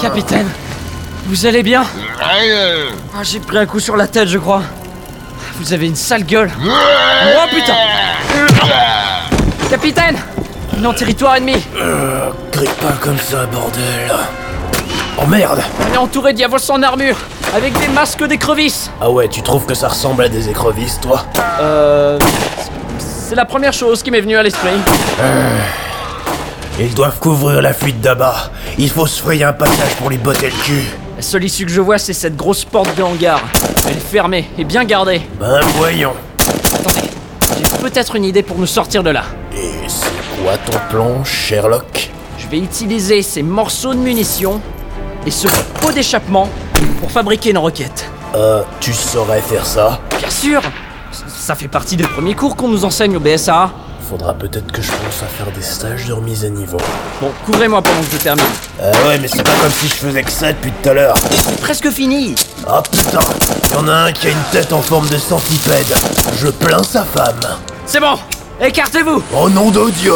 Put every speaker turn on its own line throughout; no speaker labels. Capitaine, vous allez bien Ah, J'ai pris un coup sur la tête, je crois. Vous avez une sale gueule. Oh putain Capitaine Non, territoire ennemi
Crie pas comme ça, bordel. Oh merde
On est entouré d'yavos sans armure, avec des masques d'écrevisses
Ah ouais, tu trouves que ça ressemble à des écrevisses, toi
Euh. C'est la première chose qui m'est venue à l'esprit.
Ils doivent couvrir la fuite d'abat. Il faut se frayer un passage pour les botter le cul.
La seule issue que je vois, c'est cette grosse porte de hangar. Elle est fermée et bien gardée.
Ben voyons.
Attendez, j'ai peut-être une idée pour nous sortir de là.
Et c'est quoi ton plan, Sherlock
Je vais utiliser ces morceaux de munitions et ce pot d'échappement pour fabriquer une roquette.
Euh, tu saurais faire ça
Bien sûr c- Ça fait partie des premiers cours qu'on nous enseigne au BSA.
Faudra peut-être que je pense à faire des stages de remise à niveau.
Bon, couvrez-moi pendant que je termine.
Euh ouais, mais c'est pas comme si je faisais que ça depuis tout à l'heure.
C'est presque fini
Ah putain, y'en a un qui a une tête en forme de centipède. Je plains sa femme.
C'est bon Écartez-vous
Au nom de Dieu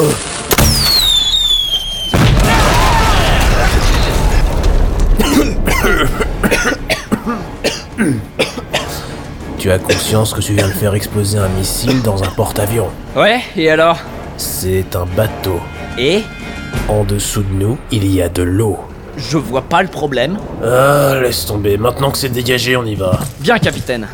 Tu as conscience que tu viens de faire exploser un missile dans un porte-avions.
Ouais, et alors
C'est un bateau.
Et
En dessous de nous, il y a de l'eau.
Je vois pas le problème.
Ah, laisse tomber. Maintenant que c'est dégagé, on y va.
Bien, capitaine.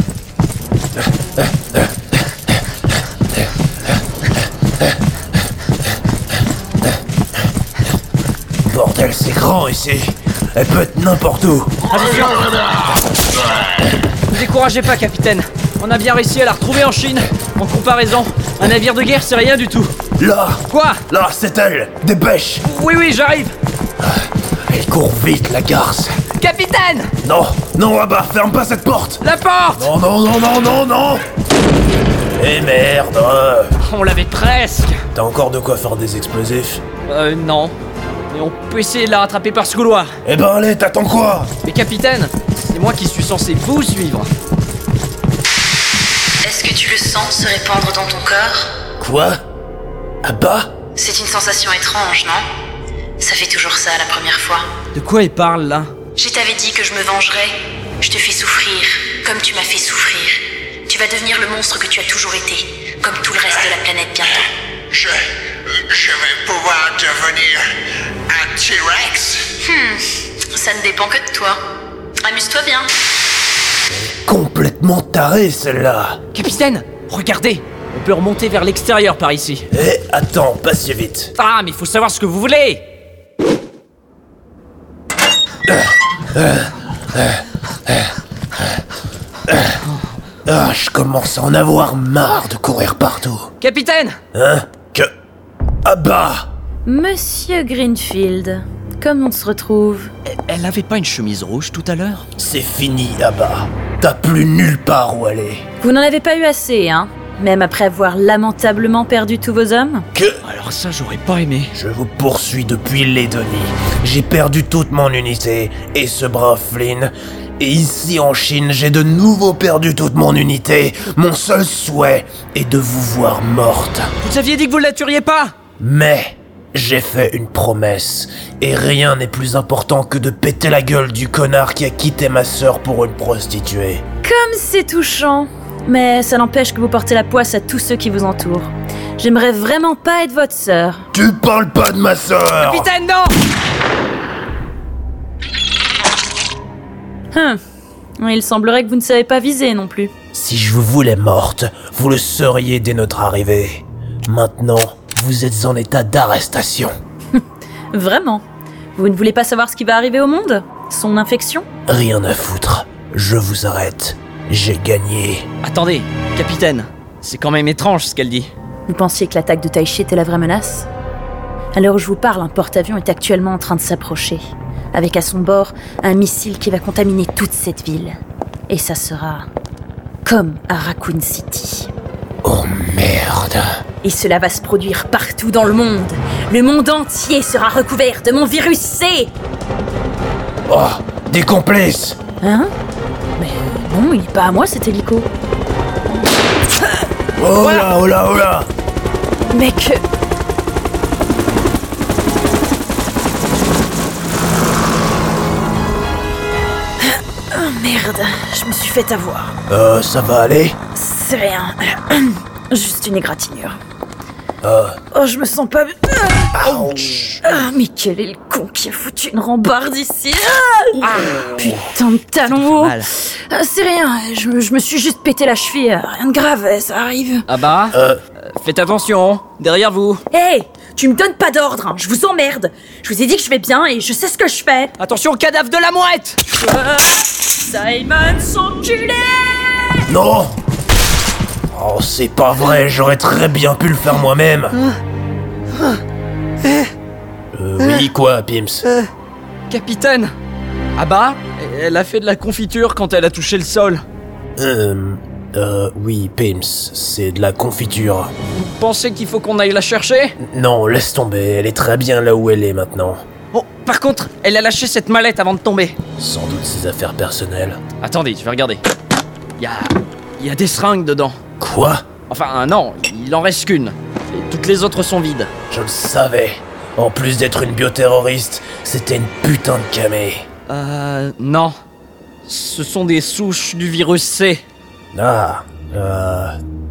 Bordel, c'est grand ici. Elle peut être n'importe où.
Ne découragez pas, capitaine. On a bien réussi à la retrouver en Chine. En comparaison, un navire de guerre, c'est rien du tout.
Là
Quoi
Là, c'est elle Dépêche
Oui, oui, j'arrive
Elle court vite, la garce.
Capitaine
Non Non, ah bah, ferme pas cette porte
La porte
Non, non, non, non, non, non Eh merde euh,
On l'avait presque
T'as encore de quoi faire des explosifs
Euh, non. Mais on peut essayer de la rattraper par ce couloir.
Eh ben allez, t'attends quoi
Mais capitaine, c'est moi qui suis censé vous suivre.
Est-ce que tu le sens se répandre dans ton corps
Quoi Ah bah
C'est une sensation étrange, non Ça fait toujours ça la première fois.
De quoi il parle là
Je t'avais dit que je me vengerais. Je te fais souffrir, comme tu m'as fait souffrir. Tu vas devenir le monstre que tu as toujours été, comme tout le reste de la planète bientôt.
Je. Je vais pouvoir devenir un T-Rex.
Hmm, Ça ne dépend que de toi. Amuse-toi bien.
Complètement tarée, celle-là
Capitaine, regardez On peut remonter vers l'extérieur par ici.
Eh, attends, pas si vite
Ah, mais faut savoir ce que vous voulez
Ah, je commence à en avoir marre de courir partout
Capitaine
Hein Que... Ah bah
Monsieur Greenfield, comme on se retrouve
Elle avait pas une chemise rouge tout à l'heure
C'est fini, Abba. T'as plus nulle part où aller.
Vous n'en avez pas eu assez, hein Même après avoir lamentablement perdu tous vos hommes
Que
Alors ça, j'aurais pas aimé.
Je vous poursuis depuis Lédonie. J'ai perdu toute mon unité et ce bras Flynn. Et ici en Chine, j'ai de nouveau perdu toute mon unité. Mon seul souhait est de vous voir morte.
Vous aviez dit que vous la tueriez pas
Mais j'ai fait une promesse, et rien n'est plus important que de péter la gueule du connard qui a quitté ma sœur pour une prostituée.
Comme c'est touchant Mais ça n'empêche que vous portez la poisse à tous ceux qui vous entourent. J'aimerais vraiment pas être votre sœur.
Tu parles pas de ma sœur
Capitaine, non
Hum. Il semblerait que vous ne savez pas viser non plus.
Si je vous voulais morte, vous le seriez dès notre arrivée. Maintenant, vous êtes en état d'arrestation.
Vraiment Vous ne voulez pas savoir ce qui va arriver au monde Son infection
Rien à foutre. Je vous arrête. J'ai gagné.
Attendez, capitaine, c'est quand même étrange ce qu'elle dit.
Vous pensiez que l'attaque de Taichi était la vraie menace À l'heure où je vous parle, un porte-avions est actuellement en train de s'approcher, avec à son bord un missile qui va contaminer toute cette ville. Et ça sera comme à Raccoon City.
Oh merde.
Et cela va se produire partout dans le monde. Le monde entier sera recouvert de mon virus C
Oh, des complices
Hein Mais non, il n'est pas à moi cet hélico.
Oh là, oh là, oh là
Mais que. Oh merde, je me suis fait avoir.
Euh, ça va aller
C'est rien. Juste une égratignure. Oh, je me sens pas. Ah, mais quel est le con qui a foutu une rambarde ici Ah Putain de talon haut
Mal.
Ah, C'est rien, je, me- je me suis juste pété la cheville, Ah, rien de grave, eh, ça arrive.
Ah bah
Euh.
Faites attention, derrière vous.
Hé Tu me donnes pas d'ordre, hein, je vous emmerde Je vous ai dit que je vais bien et je sais ce que je fais
Attention au cadavre de la mouette
Simon, son culé
Non Oh, c'est pas vrai, j'aurais très bien pu le faire moi-même Euh, oui, quoi, Pimps
Capitaine Ah bah Elle a fait de la confiture quand elle a touché le sol.
Euh, euh, oui, Pimps, c'est de la confiture.
Vous pensez qu'il faut qu'on aille la chercher
Non, laisse tomber, elle est très bien là où elle est maintenant.
Bon, par contre, elle a lâché cette mallette avant de tomber.
Sans doute ses affaires personnelles.
Attendez, je vais regarder. Il y a... Il y a des seringues dedans.
Quoi
Enfin, non, il en reste qu'une. Et toutes les autres sont vides.
Je le savais. En plus d'être une bioterroriste, c'était une putain de camé.
Euh... Non. Ce sont des souches du virus C.
Ah, euh,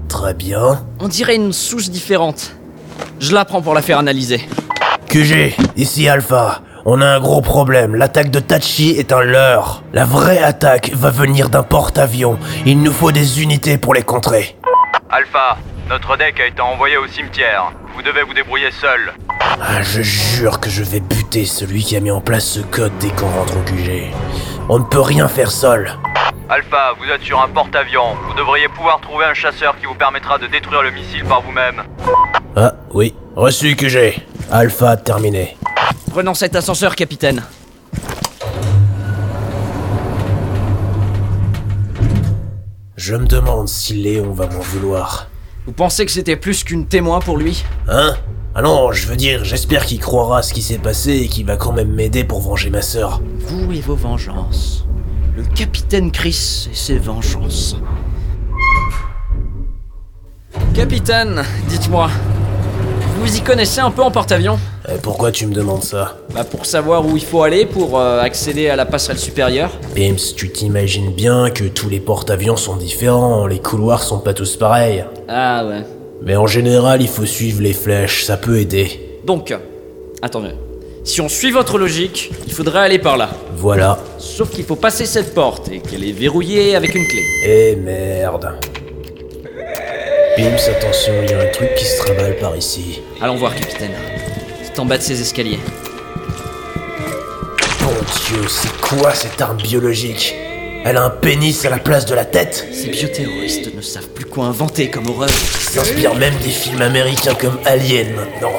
très bien.
On dirait une souche différente. Je la prends pour la faire analyser.
QG, ici Alpha. On a un gros problème. L'attaque de Tachi est un leurre. La vraie attaque va venir d'un porte-avions. Il nous faut des unités pour les contrer.
Alpha, notre deck a été envoyé au cimetière. Vous devez vous débrouiller seul.
Ah, je jure que je vais buter celui qui a mis en place ce code dès qu'on rentre au QG. On ne peut rien faire seul.
Alpha, vous êtes sur un porte-avions. Vous devriez pouvoir trouver un chasseur qui vous permettra de détruire le missile par vous-même.
Ah, oui. Reçu QG. Alpha terminé.
Prenons cet ascenseur, capitaine.
Je me demande si Léon va m'en vouloir.
Vous pensez que c'était plus qu'une témoin pour lui
Hein Ah non, je veux dire, j'espère qu'il croira à ce qui s'est passé et qu'il va quand même m'aider pour venger ma sœur.
Vous et vos vengeances. Le capitaine Chris et ses vengeances. Capitaine, dites-moi, vous y connaissez un peu en porte-avions
Euh, pourquoi tu me demandes ça
Bah pour savoir où il faut aller pour euh, accéder à la passerelle supérieure.
Pims, tu t'imagines bien que tous les porte-avions sont différents, les couloirs sont pas tous pareils.
Ah ouais.
Mais en général, il faut suivre les flèches, ça peut aider.
Donc, euh, attendez. Si on suit votre logique, il faudrait aller par là.
Voilà.
Sauf qu'il faut passer cette porte et qu'elle est verrouillée avec une clé.
Eh merde. Pims, attention, il y a un truc qui se travaille par ici.
Allons voir, capitaine. C'est en bas de ces escaliers.
Bon Dieu, c'est quoi cette arme biologique Elle a un pénis à la place de la tête
Ces bioterroristes ne savent plus quoi inventer comme horreur.
s'inspire même des films américains comme Alien maintenant.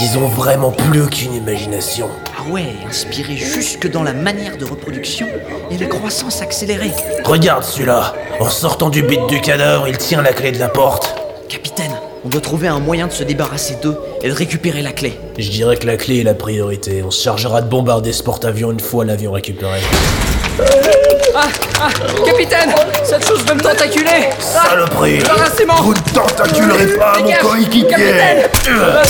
Ils ont vraiment plus aucune imagination.
Ah ouais, inspiré jusque dans la manière de reproduction et la croissance accélérée.
Regarde celui-là. En sortant du bit du cadavre, il tient la clé de la porte.
Capitaine, on doit trouver un moyen de se débarrasser d'eux et de récupérer la clé.
Je dirais que la clé est la priorité. On se chargera de bombarder ce porte-avions une fois l'avion récupéré.
Ah Ah Capitaine Cette chose veut me tentaculer
Saloperie
Embarrassement
Vous ne tentaculerez pas mon
Dégage
coéquipier Euh.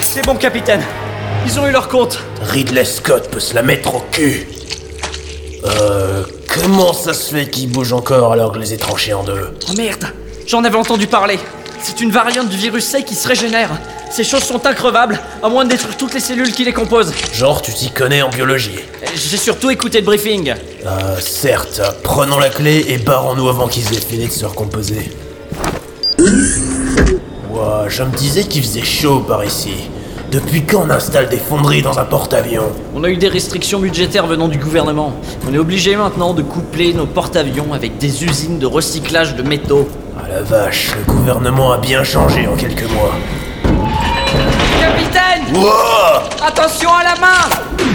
C'est bon, capitaine Ils ont eu leur compte
Ridley Scott peut se la mettre au cul Euh... Comment ça se fait qu'il bouge encore alors que je les ai tranchés en deux
Oh merde J'en avais entendu parler C'est une variante du virus C qui se régénère Ces choses sont increvables, à moins de détruire toutes les cellules qui les composent Eh,
Genre tu t'y connais en biologie
J'ai surtout écouté le briefing
Euh, certes, prenons la clé et barrons-nous avant qu'ils aient fini de se recomposer. Ouah, je me disais qu'il faisait chaud par ici. Depuis quand on installe des fonderies dans un porte-avions
On a eu des restrictions budgétaires venant du gouvernement. On est obligé maintenant de coupler nos porte-avions avec des usines de recyclage de métaux.
Ah la vache, le gouvernement a bien changé en quelques mois.
Capitaine
Ouah
Attention à la main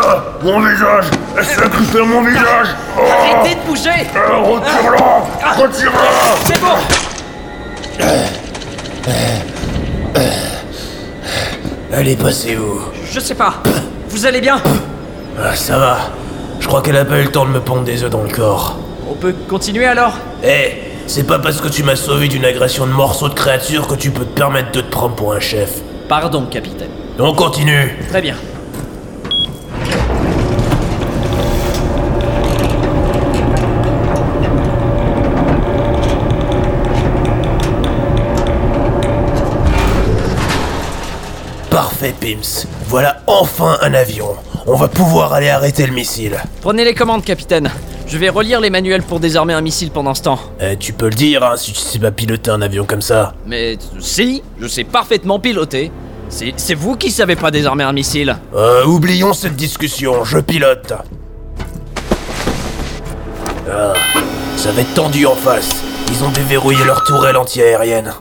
Ah, Mon visage Est-ce que c'est mon visage
Arrêtez de bouger
Ah, Retire-la Retire-la
C'est bon
Allez, passez où
Je sais pas. Vous allez bien
Ah, ça va. Je crois qu'elle a pas eu le temps de me pondre des œufs dans le corps.
On peut continuer alors
Hé, c'est pas parce que tu m'as sauvé d'une agression de morceaux de créature que tu peux te permettre de te prendre pour un chef.
Pardon, capitaine.
On continue
Très bien.
Parfait, Pims. Voilà enfin un avion. On va pouvoir aller arrêter le missile.
Prenez les commandes, capitaine. Je vais relire les manuels pour désarmer un missile pendant ce temps.
Eh, tu peux le dire, hein, si tu sais pas piloter un avion comme ça.
Mais si, je sais parfaitement piloter. C'est c'est vous qui savez pas désarmer un missile.
Euh, oublions cette discussion, je pilote. Ah, ça va être tendu en face. Ils ont déverrouillé leur tourelle antiaérienne.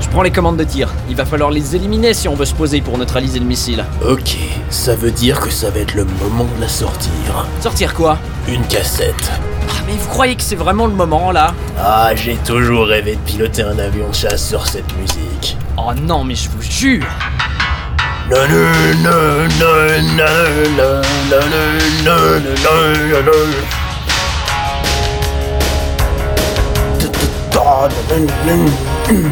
Je prends les commandes de tir. Il va falloir les éliminer si on veut se poser pour neutraliser le missile.
Ok, ça veut dire que ça va être le moment de la sortir.
Sortir quoi
Une cassette.
Ah, mais vous croyez que c'est vraiment le moment là
Ah, j'ai toujours rêvé de piloter un avion de chasse sur cette musique.
Oh non, mais je vous jure
Na na na na na na na na na na na na. Ta ta ta na na na.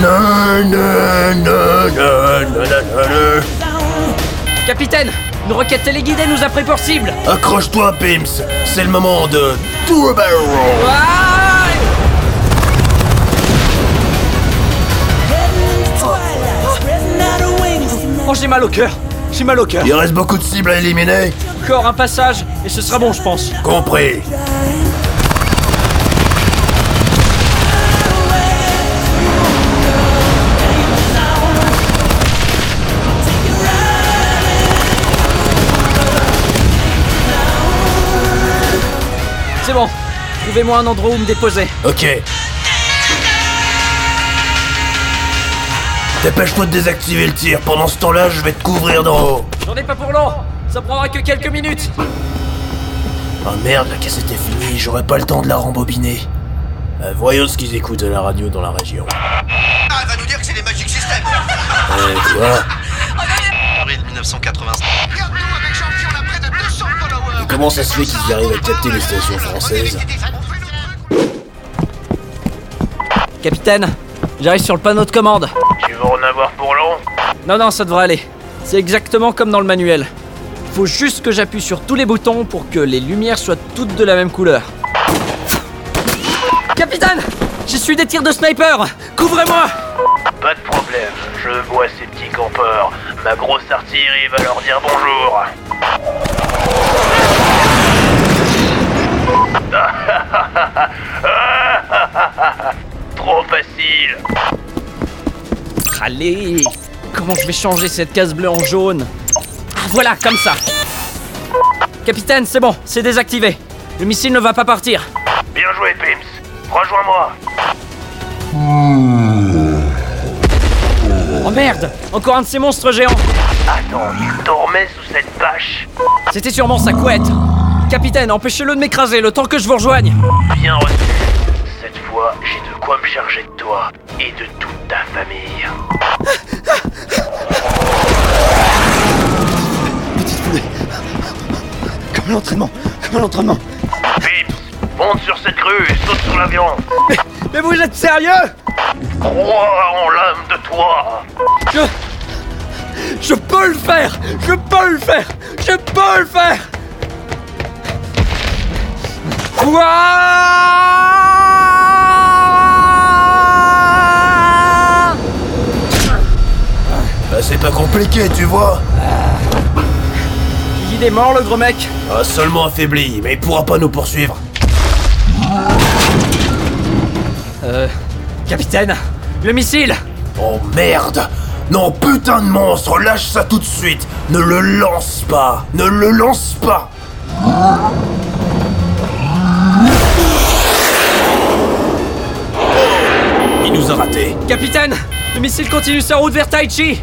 Na na na na na na na na.
Capitaine Une roquette téléguidée nous a pris pour cible
Accroche-toi, Pimps, c'est le moment de Do a Barrel Roll.
Ah Oh, j'ai mal au cœur J'ai mal au cœur
Il reste beaucoup de cibles à éliminer.
Encore un passage et ce sera bon, je pense.
Compris.
C'est bon. Trouvez-moi un endroit où me déposer.
Ok. Dépêche-toi de désactiver le tir. Pendant ce temps-là, je vais te couvrir d'en haut.
J'en ai pas pour long. Ça prendra que quelques minutes.
Ah merde, la cassette est finie. J'aurai pas le temps de la rembobiner. Euh, voyons ce qu'ils écoutent à la radio dans la région.
Ah, elle va nous dire que c'est les Magic Systems
Euh, quoi
Avril 1985.
Regarde-nous avec Jean-Pierre, on a près de 200 followers.
Comment ça se fait qu'ils arrivent à capter les stations françaises
Capitaine, j'arrive sur le panneau de commande.
Tu vas en avoir pour long
Non, non, ça devrait aller. C'est exactement comme dans le manuel. Faut juste que j'appuie sur tous les boutons pour que les lumières soient toutes de la même couleur. Capitaine J'y suis des tirs de sniper Couvrez-moi
Pas de problème, je vois ces petits campeurs. Ma grosse artillerie va leur dire bonjour. Trop facile.
Allez Comment je vais changer cette case bleue en jaune Ah voilà, comme ça Capitaine, c'est bon, c'est désactivé. Le missile ne va pas partir.
Bien joué, Pims. Rejoins-moi.
Oh merde Encore un de ces monstres géants
Attends, il dormait sous cette bâche.
C'était sûrement sa couette Capitaine, empêchez-le de m'écraser le temps que je vous rejoigne
Bien reçu. Cette fois, j'ai de quoi me charger de toi et de toute ta famille.
Comme à l'entraînement, comme à l'entraînement.
Pips, monte sur cette grue et saute sur l'avion.
Mais vous êtes sérieux
Crois en l'âme de toi.
Je... Je peux le faire Je peux le faire Je peux le faire Ouah
Bah c'est pas compliqué, tu vois.
Il est mort le gros mec
Ah, seulement affaibli, mais il pourra pas nous poursuivre.
Euh... Capitaine Le missile
Oh merde Non, putain de monstre, lâche ça tout de suite Ne le lance pas Ne le lance pas Il nous a raté.
Capitaine Le missile continue sa route vers Taichi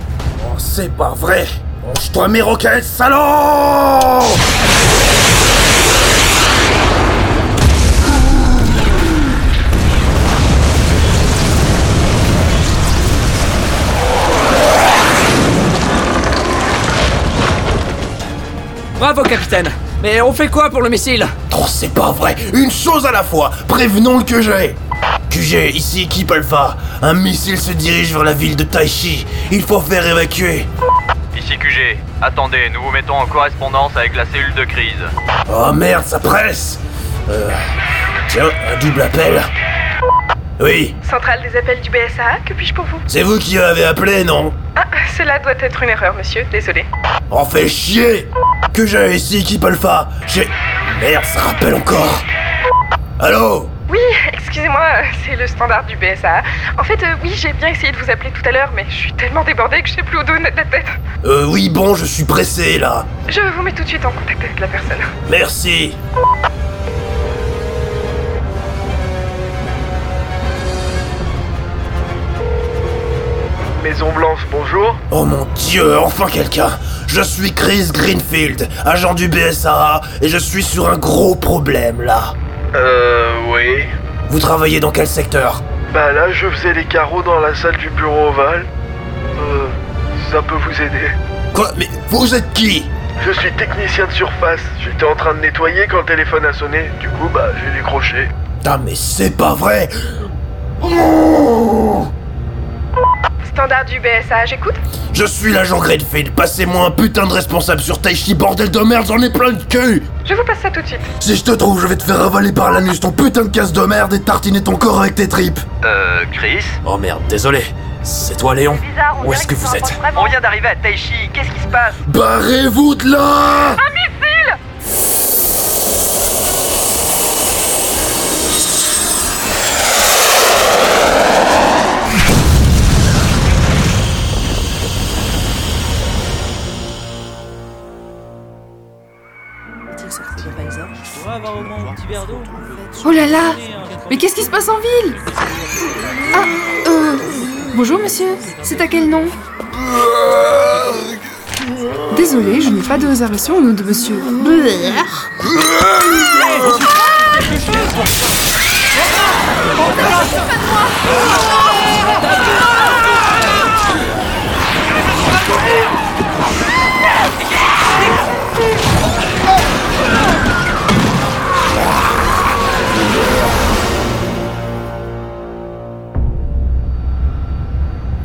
Oh, c'est pas vrai Mange-toi mes roquettes, salaud
Bravo, capitaine. Mais on fait quoi pour le missile
Oh, c'est pas vrai Une chose à la fois Prévenons le QG QG, ici équipe Alpha. Un missile se dirige vers la ville de Taichi. Il faut faire évacuer.
Ici QG, attendez, nous vous mettons en correspondance avec la cellule de crise.
Oh merde, ça presse Euh... Tiens, un double appel. Oui,
Centrale des appels du BSA, que puis-je pour vous
c'est vous qui avez appelé, non
Ah, cela doit être une erreur, monsieur, désolé.
On fait chier Que j'ai ici équipe Alpha. J'ai... Merde, ça rappelle encore. Allô
Oui, excusez-moi, euh, c'est le standard du BSA. En fait, euh, oui, j'ai bien essayé de vous appeler tout à l'heure, mais je suis tellement débordée que je sais plus où donner de la tête.
Euh, oui, bon, je suis pressé, là.
Je vous mets tout de suite en contact avec la personne.
Merci.
Maison Blanche, bonjour.
Oh mon dieu, enfin quelqu'un Je suis Chris Greenfield, agent du BSA, et je suis sur un gros problème, là.
Euh, oui.
Vous travaillez dans quel secteur
Bah là, je faisais les carreaux dans la salle du bureau ovale. Euh, ça peut vous aider.
Quoi Mais vous êtes qui
Je suis technicien de surface. J'étais en train de nettoyer quand le téléphone a sonné. Du coup, bah, j'ai décroché.
Ah mais c'est pas vrai Oh
Standard du BSA, j'écoute
Je suis l'agent Greenfield, passez-moi un putain de responsable sur Taichi, bordel de merde, j'en ai plein de cul
Je vous passe ça tout de suite.
Si je te trouve, je vais te faire avaler par l'anus ton putain de casse de merde et tartiner ton corps avec tes tripes
Euh, Chris
Oh merde, désolé. C'est toi Léon Où est-ce que vous êtes
On vient d'arriver à Taichi, qu'est-ce qui se passe
Barrez-vous de là
Oh là là Mais qu'est-ce qui se passe en ville Ah, euh... Bonjour monsieur, c'est à quel nom Désolé, je n'ai pas de réservation au nom de monsieur.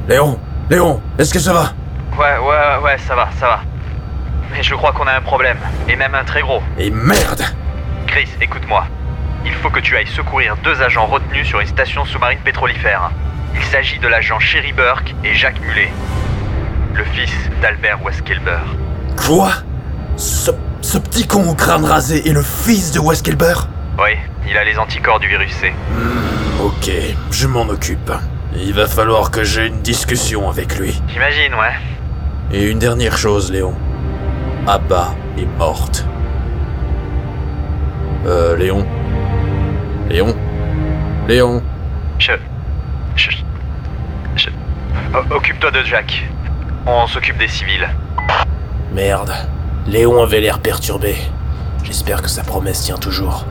Léon Léon, est-ce que ça va
Ouais, ouais, ouais, ouais, ça va, ça va. Mais je crois qu'on a un problème, et même un très gros.
Et merde
Chris, écoute-moi. Il faut que tu ailles secourir deux agents retenus sur une station sous-marine pétrolifère. Il s'agit de l'agent Sherry Burke et Jacques Mulet, le fils d'Albert Weskelber.
Quoi ce, ce petit con au crâne rasé est le fils de Weskelber
Oui, il a les anticorps du virus C.
Ok, je m'en occupe. Il va falloir que j'ai une discussion avec lui.
J'imagine, ouais.
Et une dernière chose, Léon. Abba est morte. Euh, Léon Léon Léon
Je. Je. je- O- Occupe-toi de Jacques. On s'occupe des civils.
Merde. Léon avait l'air perturbé. J'espère que sa promesse tient toujours.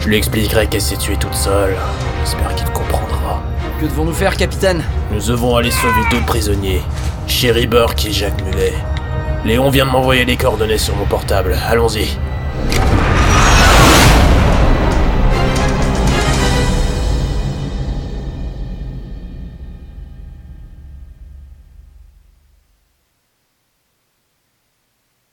Je lui expliquerai qu'elle s'est tuée toute seule. J'espère qu'il comprendra.
Que devons-nous faire, capitaine
Nous devons aller sauver deux prisonniers, Sherry Burke et Jacques Mulet. Léon vient de m'envoyer les coordonnées sur mon portable. Allons-y.